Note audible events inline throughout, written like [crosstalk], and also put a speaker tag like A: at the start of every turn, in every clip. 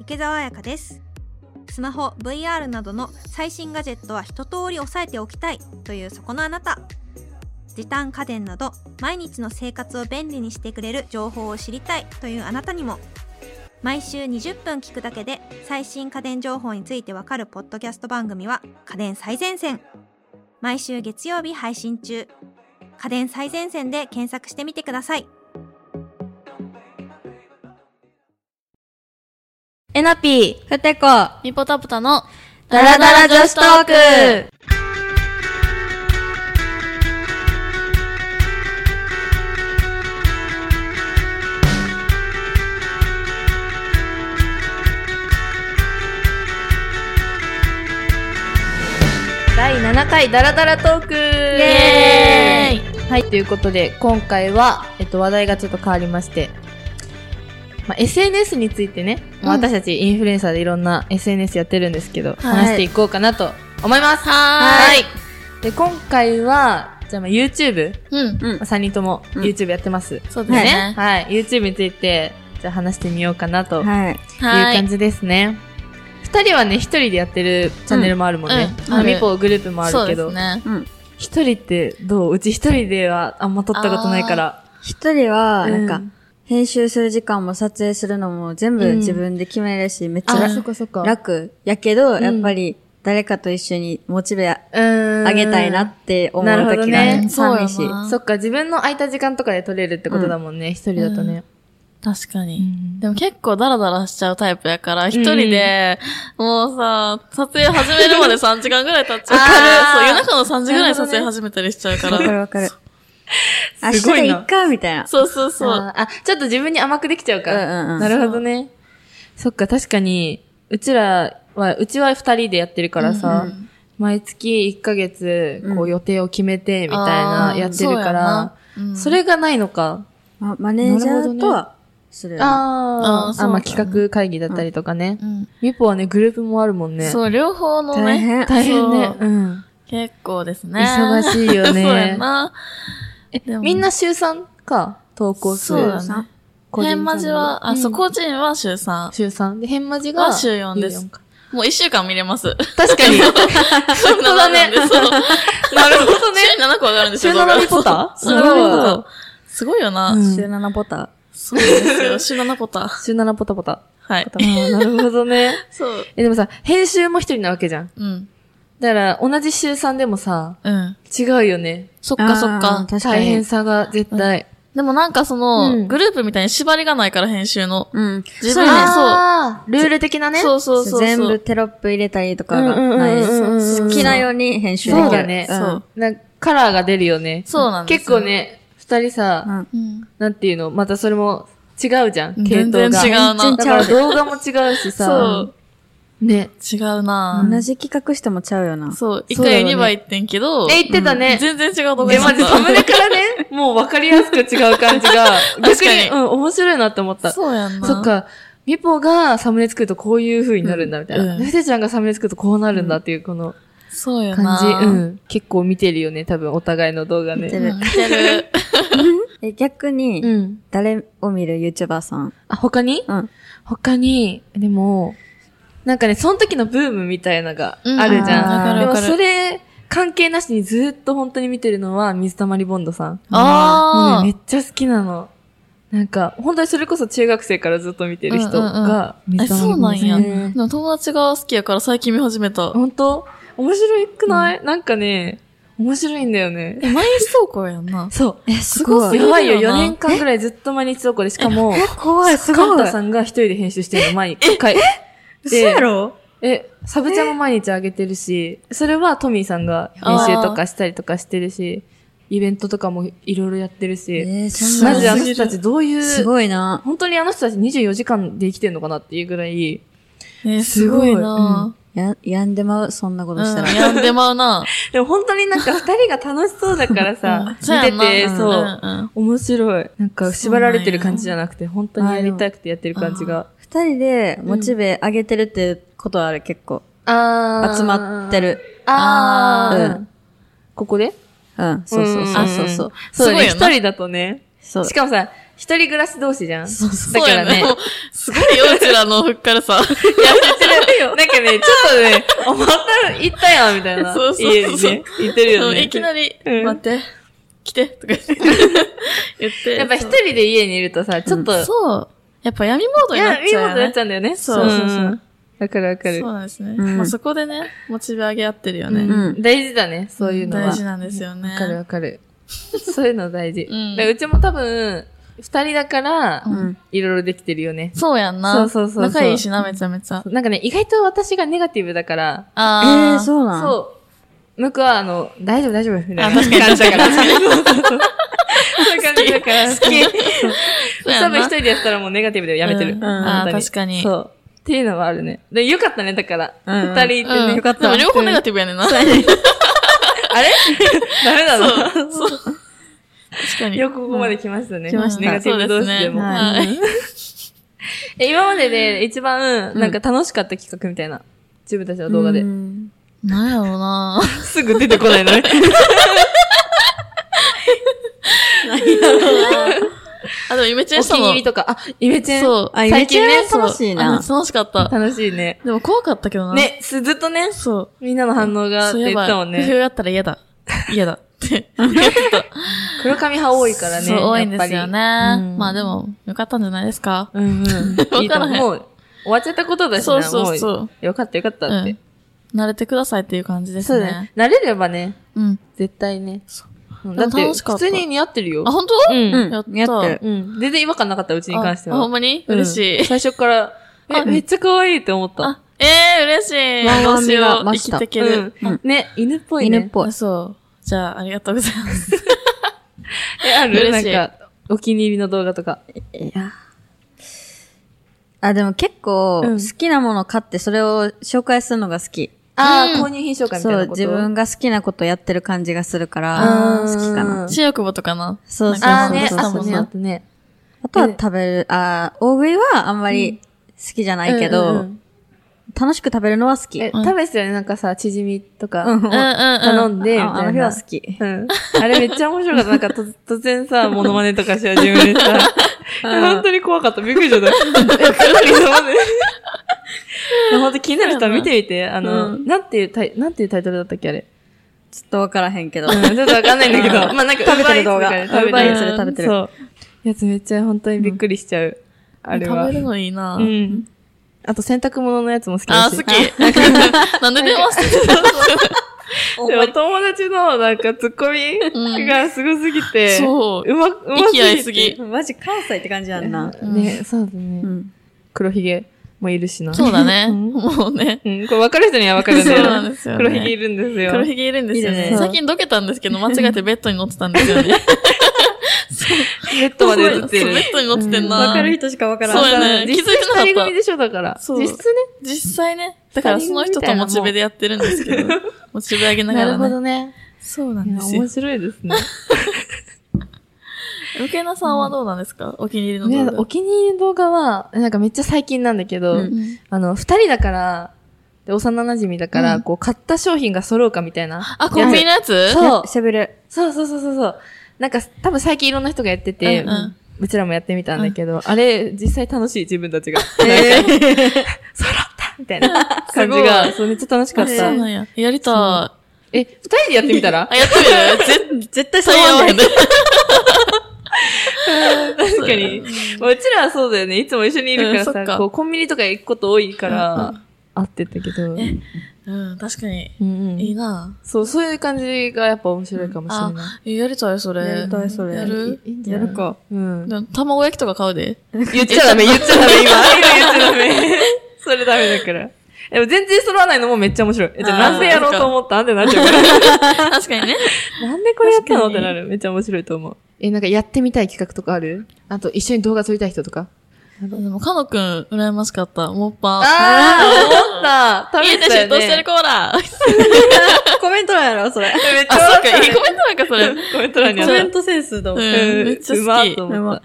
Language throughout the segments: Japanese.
A: 池澤彩香ですスマホ VR などの最新ガジェットは一通り押さえておきたいというそこのあなた時短家電など毎日の生活を便利にしてくれる情報を知りたいというあなたにも毎週20分聞くだけで最新家電情報についてわかるポッドキャスト番組は家電最前線毎週月曜日配信中家電最前線で検索してみてください
B: えなぴー、ふてこ、
C: みぽたぽたの
B: ダラダラ女子トーク第7回ダラダラトークイ
C: エーイ
B: はい、ということで、今回は、えっと、話題がちょっと変わりまして、まあ、SNS についてね、まあ
C: うん
B: 私たちインフルエンサーでいろんな SNS やってるんですけど、
C: い
B: 話していこうかなと思います。
C: はーい
B: で、今回は、じゃあまあ YouTube、ま
C: うん。
B: あ、3人とも
D: うん
B: YouTube やってます。
C: そう
B: で
C: だね。
B: はい、YouTube について、じゃあ話してみようかなという
D: はい。
C: はい。
B: 感じですね。二人はね、一人でやってるチャンネルもあるもんね。
C: うん
B: まあ
C: ある
B: みぽグループもあ
C: そ
B: る
C: う
B: け
C: です
B: ど、
C: ね。
D: うん。
B: 一、人ってどううち一人ではあんま撮ったことないから。
D: 一人は、なん
B: う
D: か、編集する時間も撮影するのも全
B: う
D: 部
B: ん
D: 自分で決めるし、めっち
B: あ
D: ゃ
B: ー、
D: 楽
B: そっかそっか。
D: 楽やけど、
B: ん
D: やっぱり誰かと一緒にモチベあ
B: あ
D: げたいなって思う
B: なるほど
D: 時が
B: ね
D: ね、寂し
C: そう
D: い
C: や。な
B: そっか、自分の空いた時間とかで撮れるってことだもんね、一、人だとね。
C: 確か
B: う
C: に。
B: ん
C: でも結構ダラダラしちゃうタイプやから、一人で、もうさ、撮影始める
B: [laughs]
C: まで3時間ぐらい経っちゃう。
B: わかる
C: そう、夜中の3時ぐらいに撮
B: な
C: 影
B: るほ
C: 始めたりしちゃうか
D: わかる
C: ら。
D: わ [laughs] かる。明日
B: すごい
D: でい
B: な
D: っか、みたいな。
C: そうそうそう。
B: あーあ、ちょっと自分に甘くできちゃうから。
D: うんうんうん
B: なるほどね。そっか、確かに、うちらは、うちは二人でやってるからさ、
C: うんうん
B: 毎月一ヶ月、こ
D: う
B: う予定を決めて、みたいな
C: あ、ー
B: やってるから、
C: そうやなうん
B: それがないのか。
D: まマネージャーとは、するよね。
B: あ
C: あー
B: ー
C: そう
B: あ、まあ
C: だね
B: 企画会議だったりとかね
C: う。ん
B: ミポはね、グループもあるもんね。
C: そう、両方のね。
D: 大変
B: 大変ね
C: そ。う
B: うん。
C: 結構ですね。
B: 忙しいよね
C: [laughs] そうやな。
B: え、
C: でも
B: みんな週3か、投稿す
C: そ
B: る。
C: うだね。
B: 個人チャンネル
C: 編マジは、あ、そう、
B: ん
C: 個人は週3。
B: 週3。で、編マジが
C: は週四です
B: 四か
C: もう1週間見
B: [laughs]
C: れます。本
B: 確かに。本当だ
C: [laughs]
B: ね。 [laughs] なるほどね。
C: 週7個上がるんです
B: 週
C: よ、動画
B: 7リポタ
C: そうそう。すごいよな。
B: うん
D: 週7ボタン。
C: そうですよ。週7ポタ。
B: 週7ポタポタ。
C: はい。
B: なるほど
C: [laughs]
B: ね。
C: そう。
B: え、でもさ、編集も一人なわけじゃん。
C: うん。
B: だから、同じ週3でもさ、
C: うん。
B: 違うよね。
C: そっかそっ
D: あー
C: か。
D: 確か
B: 大
D: に。
B: 変さが絶対。
C: でもなんかそうの、
B: ん
C: グループみたいに縛りがないから編集の。
D: うん。
C: 自
D: そう
C: 分
D: ね
C: で
B: あールール的なね。
C: そうそうそうそう。
D: 全部テロップ入れたりとかがない
B: うんうんうんうんうん
D: し、好きなように編集できる。
B: そうだね。
D: ん
C: そう
B: なカラーが出るよね。
C: そうなんです
B: 結
C: よ
B: 構ね、二人さ、
D: うん
C: うん。
B: なんていうの、またそれも違うじゃん、系
C: 全
B: 統
C: 然違う
B: が。
C: な。
D: 全
B: だ
D: 然
B: から動画も違うし
C: そ
B: さ、ね。
C: う。違うな。
D: 同じ企画してもちゃうよな。
C: そう。一
B: そうだよ
C: 回
B: ね
C: 2倍言ってんけど。
B: え、言ってたね。
C: 全然違う動画
B: で、
C: にな
B: ま
C: っ
B: ずサムネからね、 [laughs] もう分かりやすく違う感じが、逆
C: かに
B: に、うん、面白いなって思った。
C: た。
B: そ
C: そうやんな。
B: っ。か、ミポがサムネ作るとこういう風になるんだ、みたいな。
C: うん
B: でふてちゃんがサムネ作るとこうなるんだっていう、この
C: そうや
B: 感
C: な。
B: じ。うん。結構見てるよね、多分、お互いの動画
D: 見て
B: ね。
C: う
D: る
C: ん。見て [laughs] る。
D: え、逆
B: う
D: に、
B: ん。
D: 誰を見る YouTuber さん
B: あ、他に
D: うん。
B: 他に、でも、なんかね、その時のブームみたいなのがあるじゃん。
D: うんあー
C: わか
B: で
C: るわ
B: も
C: かる
B: それ、関係なしにずーっと本当に見てるのは、水溜りボンドさん。も
C: あ
B: う
C: あ
B: ね、め。っちゃ好きなの。なんか、本当にそれこそ中学生からずっと見てる人
C: うんうんうん
B: が、
C: え、
B: 水溜り
C: そ
B: ボ
C: う
B: ンド
C: な
B: さ
C: んや。
B: ん。
C: でも友達が好きやから最近見始めた。
B: 本当面白くない、なんかね、面白いんだよね。
C: え、毎日投稿やんな。
B: そ
D: え、すご
B: う。
C: す
D: い。
B: やばいよ、
C: いいよ
B: 4
C: な
B: 年間ぐらいずっと毎日投稿で、しかも、
D: 怖い、す
B: カン
D: ごい
B: タ。さんが一人で編集してるの、毎日。回
D: 嘘やろ
B: え、サブちゃんも毎日あげてるし、それはトミーさんが編集とかしたりとかしてるし、イベントとかもいろいろやってるし、
D: えー、そん
B: マジであ
D: な
B: の人たちどうい
D: す
B: う、
D: ごいな。
B: 本当にあの人たち24時間で生きてるのかなっていうぐらい、
C: え、
B: す
C: す
B: ご
C: ご
B: い
C: いな
D: や、やんでまう、そんなことしたら。
C: やんでまうな。
B: でも本当になん
C: [laughs]
B: か二人が楽しそうだからさ、
C: そうやん
B: 見
C: な
B: てて、
D: うん
B: そう、
C: うんうん
B: 面白い。なんか縛られてる感じじゃなくて、本当にやりたくてやってる感じが。
D: 二人でモチベ上げてるってことはある、結構。
B: あ
D: 集まって
B: る。
D: る。
B: あ
C: あ
B: ー
D: ー
B: うんここで
D: うん、そうそうそうそうそう。
B: そうだね、
C: す
B: 一
C: ごいよな
B: 人だとね。
D: そう
B: し。かもさ、一人暮らし同士じゃん。
C: そうそう
B: だからね
C: もうすごいよ、うちらのふっからさ。
B: なんかね、ち
C: [laughs]
B: ょっとね、あ、また行ったやん、みたいな。
C: そうそうそう
B: 家にね、行ってるよね。
C: いきなり、
B: うん
C: 待って、来て、とか言って。言って
B: [laughs] やっぱ一人で家にいるとさ、ちょっと、
C: うんそう。やっぱ闇モード
B: い
C: にな
B: や、
C: っ
B: 見
C: ち
B: 事
C: ゃう
B: に
C: よ
B: なっ
C: ね
B: ち。ゃうんだよね。。
C: そうそうそうん
B: わかるわかる
C: そう。なんですね。
D: うん
C: まあそこでね、モチベ上げ合ってるよ
B: う
C: ね。
B: ん
D: うん
B: 大事だね、そういうのは。
C: 大事なんですよね。
B: わかるわかる。そういうの大事。
C: うん
B: でうちも多分、二人だから
C: う、
D: うん。
B: いろいろできてるよね。
C: [laughs] そうやんな。
B: そうそうそうそう
C: 仲いいしな、めちゃめちゃ。
B: なんかね、意外と私がネガティブだから、
D: え
C: あー。
D: ー、そうなん
B: そう。向こうは、あの、大丈夫大丈夫、みたい
C: あ
B: な
C: 確かに
B: 感じだから。 [laughs] そういう感じだから、好き。
C: そうや
B: 多
C: ん
B: 分
C: な
B: 一人でやったらもうネガティブでやめてる。
C: うん
B: 本
C: あ
B: 当
C: ー確かに。
B: そう。っていうのはあるね。で、よかったね、だから。
D: うんうん
B: 二人いて
C: うん
B: ね。
C: でも両方ネガ
B: テ
C: ティブやねんな。
B: ィブ。あれ [laughs] ダメだな。
C: 確かに。
B: よくここまで来ましたね。
D: 来ました
B: ネガティブ同士でも。
D: そうです
B: は
D: ね
C: はいい。
B: え今までで一番、
D: うん
B: なんか楽しかった企画みたいな。自分たちの動画で
D: う。ん
C: なんやろうな
B: すぐ出てこないのね。
C: [laughs] あ、でも、イメチェ
B: お
C: ンし
B: 気
C: た
B: に
C: の
B: 入り。とか。あ、イメチェン。
C: そう。
D: あ、めっちゃ
C: そう
D: 楽しい
C: あ
D: な。
C: 楽しかった。
B: 楽しいね。
C: でも怖かったけどな。。
B: ね、すずっとね、
C: そう。
B: みんなの反応がっ
C: そう
B: て
C: い
B: 言
C: え
B: っ
C: ば
B: たもん、
C: 不評
B: ね。
C: だったら嫌だ。
B: [laughs]
C: 嫌だって言ってた。
B: 黒髪派多いからね。
C: そう、多いんです
B: や
C: よ
B: っ
C: ね。
B: ぱりうん
C: まあでも、よかったんじゃないですか。
B: うんうん。いいと
C: わからへん
B: 思う。終わっちゃったことだしな、
C: そうそうそう
B: もうよかったよかった
C: う
B: って。
C: ん。慣れてくださいっていう感じで
B: そ
C: す
B: う
C: ね。
B: だね。慣れればね、
C: うん。
B: 絶対ね。うんだっ
C: でも
B: て、
C: 楽しか
B: 普
C: った
B: 通に似合ってるよ
C: あ、。本当
B: うん
D: うん。
C: やった
D: 似合ってる。
B: うん。全然違和感なかった、うちに関して
C: あ、ほん
B: は。
C: まに
B: うん
C: 嬉しい。
B: 最初から、え、
C: あ
B: めっちゃ可愛いって思った。
C: あ、ええー、嬉しい。
D: ワンワン
C: どうしよう
D: が増
C: 生
D: し
C: き
D: た
C: てけ
B: う
C: る。
B: ん。ね、犬っぽいね。
D: 犬っぽい
C: あ。そう。じゃあ、ありがとうございます。
B: え、あるな
C: 嬉
B: ん
C: しい
B: か、お気に入りの動画とか。
D: いや。あ、でも結構、
B: うん
D: 好きなものを買って、それを紹介するのが好き。
B: ああ、
C: うん
B: 購入品紹介みたい
D: そ
B: な
D: う、
B: こと。
D: 自分が好きなことやってる感じがするから、
B: あ
D: 好
B: ー
D: きかな。
B: [laughs]
C: 新大久保とかな。
D: そうそうそう。
B: あ
C: な
B: あ
C: んか
B: ね、
C: そう
B: あ
C: だも
B: と
C: ん
B: ね、
C: な
B: あとね。
D: あとは食べる、あー大食いはあんまり好きじゃないけど、
B: うんうん
D: 楽しく食べるのは好き。
B: え、
D: う
B: 食べてたよね、なんかさ、チヂミとか
D: ん、うん。
B: 頼
D: あ
C: 頼
B: んで、みたいな。
D: あの日は好き。
B: うん。あれめっちゃ面白かった。なんかと、突然さ、モノマネとかし始めてさ。 [laughs] 本当に怖かった。びっくりしちゃった。え何そのマネでも本当気になる人は見てみて。あの、なんていうタイ、なんていうタイトルだったっけあれ。
D: ちょっとわからへんけど。
B: う
D: [laughs]
B: ん、 [laughs] ちょっとわかんないんだけど。まあなんか、
D: 食べてる動画
B: Uber Eats とかで食べて
D: Uber
B: る
D: Eats で食べてる
B: そう。やつめっちゃ本当にびっくりしちゃう。あれは
C: 食べ。るのいいな。
B: うん。あと洗濯物のやつも好きだ
C: あー、
B: し。[laughs]
C: 好き。なんで電話してたの
B: でも友達のなんかツッコミがすごすぎて。
C: そう
B: うま、うま
C: 息合いすぎ。
D: マジ関西って感じやんな。
C: ん
B: ね、そうだね。
D: うん。
B: 黒ひげもいるしな。
C: そうだね。
B: [laughs] うん
C: もうね。
B: うん、これ分かる人には分かるんだ
C: そうな
B: よ
C: ん
B: ね
C: ですよね
B: 黒ひげいるんですよ。
C: 黒ひげいるんですよ
D: いる
C: ね。
D: ね
C: 最近どけたんですけど、間違えてベッドに乗ってたんですよね。
B: ベッドまで映って
C: そうベ
B: る。
C: ッドに乗っててんな。
D: わかる人しかわからん。
C: そうやね
B: 実質
C: 気づいてなかった
B: 二人組でしょ、だから。
C: そう
B: 実質ね。
C: 実際ね。だからその人とモチベでやってるんですけど、モチベ上げながらね。
B: ね。
C: そうないん
B: や
C: ですよ
B: 面。白いですね。
C: ウケナさんはどうなんですかお気に入りの
B: ね
C: 動画
B: お。気に入りの動画は、なんかめっちゃ最近なんだけど、
D: うん
B: あの、二人だから、で幼馴染だから、
C: うん
B: こう、買った商品が揃うかみたいな。
C: あ、コンビニのやつ
B: そう
D: ねしゃべる。
B: そうそうそうそうそう。なんか、多分最近いろんな人がやってて、
C: うんうん
B: うちらもやってみたんだけど、あれ、実際楽しい、自分たち
C: [laughs]
B: が。 [laughs] 揃ったみたいな感じが、そう、めっちゃ楽しか
C: あ
B: っ
C: そう
B: た。
C: なんや。やりた
B: え、二人でやってみた
C: [laughs]
B: ら
C: い。あ、やってみる絶
D: 絶対そう
C: 対 [laughs] や
D: な
C: わへ
D: んだ
C: ん
D: よ。
C: で。
B: 確かに。まあうちらはそうだよね。いつも一緒にいるから
C: うんそ
B: さ、
C: っか
B: こう、コンビニとか行くこと多いから、会ってたけど。
C: えうん、確かに。
B: うんうん
C: いいな
B: そう、そういう感じがやっぱ面白いかもしれな
C: あ、やりたい、それ。
D: やりたいそれ
C: や
B: い。
C: る
B: いいんじゃ
D: や
B: ない
D: る。か。
B: うん。
C: でも卵焼きとか買うで。
B: 言っちゃダメ、言っちゃダメ、今。今言っちゃダメ。 [laughs] それダメだから。でも全然揃わないのもめっちゃ面白い。え、じゃあ
C: あー
B: なんでやろうと思ったんってなっちゃうから。
C: [laughs] 確かにね。
B: なんでこれやったのっ
C: 確
B: て
C: か
B: な
C: に
B: る。めっちゃ面白いと思う。え、なんかやってみたい企画とかあるあと一緒に動画撮りたい人とか。
C: でも、かのくん、羨ましかった。もっ
B: あ
C: ぱ
B: あ思った
C: ん。家でシュートしてる
B: か
C: 子ら。あ、そ
D: コメント欄やろ、それ。
B: めっちゃ
C: っか、
B: 面
C: いい
B: 白
C: コメントなんかそれ。
B: いコメント欄にあ
D: コ
B: った
D: メントセンスどう
C: うん
B: うん
C: めっちゃ好き
B: うまっと思った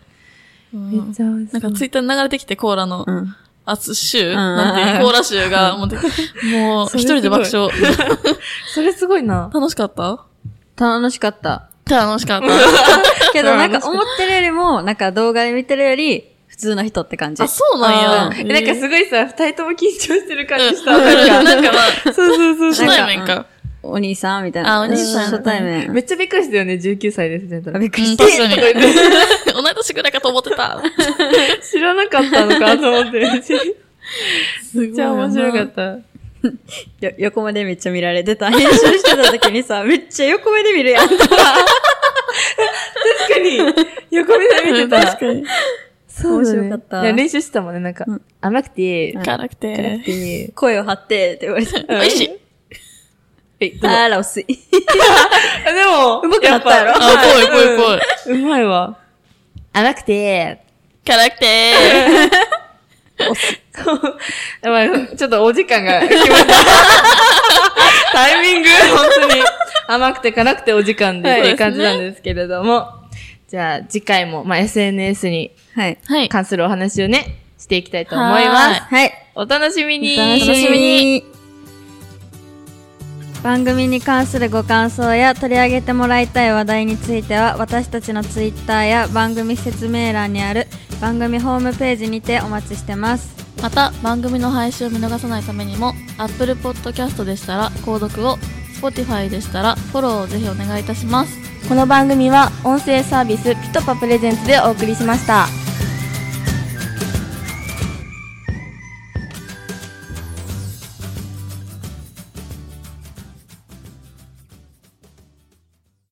C: うん
B: めっちゃ美味し
C: なんかツイッターに流れてきてコーラの、
D: うん。
C: あ、シュー
D: ん
C: なんていうコーラシューが、 [laughs] もうで、もう、
B: そ
C: 一
B: れ
C: 人で爆笑。
B: それすごいな。
C: 楽しかった
D: 楽しかった。
C: 楽しかった。
B: [laughs]
D: けどなんか思ってるよりも、なんか動画で見てるより、普通の人って感じ。
C: あ、そうなんや。
B: えなんかすごいさ、二人とも緊張してる感じした。
C: うん
B: な
C: なんん
B: か、
C: かま
B: そ
C: あ、
B: うそうそうそ
C: 初
B: う。
C: 対面か。
D: お兄さんみたいな。
C: あお兄さん
D: 初対面。
B: めっちゃびっくりしたよね、19歳ですみたいな。
D: びっくり
C: う
D: し
C: ん、
D: た。
C: 確かに。 [laughs] 同い年ぐらいかと思ってた。
B: 知らなかったのかと思って。め
C: す
B: っちゃ面白かった。
D: よ横目でめっちゃ見られてた。編集してた時に [laughs] さ、めっちゃ横目で見るやん。
B: 確かに、横目で見てた。
C: 確かに。
D: そうだね面白かった
B: いや練習してたもんね、なんか
D: うん。
B: 甘くて、
C: 辛く
B: 辛
C: て
B: く。て、
D: 声を張ってって言われ [laughs] て。
C: 美味しい。
B: えい、どうぞ
D: あら、薄い。
B: あ、でも、
D: うまくなったやろ
B: ぱ
C: あ、ぽいぽいぽい。
B: うんうまいわ。甘く [laughs] て、
C: 辛くて
B: やばい、ちょっとお時間 [laughs] が来ました。タイミング、本当に。甘くて辛くてお時間で、
C: はい
B: っていう感じなんですけれども。じゃあ、次回も、まあ、SNS に
D: はい。
C: はい。
B: 関するお話をね、していきたいと思いま
C: は
B: す
C: い。
D: はい。
B: お楽しみに
D: お楽しみに番組に関するご感想や取り上げてもらいたい話題については私たちのツイッターや番組説明欄にある番組ホームページにてお待ちしてます
C: また、番組の配信を見逃さないためにも、Apple Podcast でしたら、購読を、Spotify でしたら、フォローをぜひお願いいたします。
E: この番組は音声サービスピトパプレゼンツでお送りしました。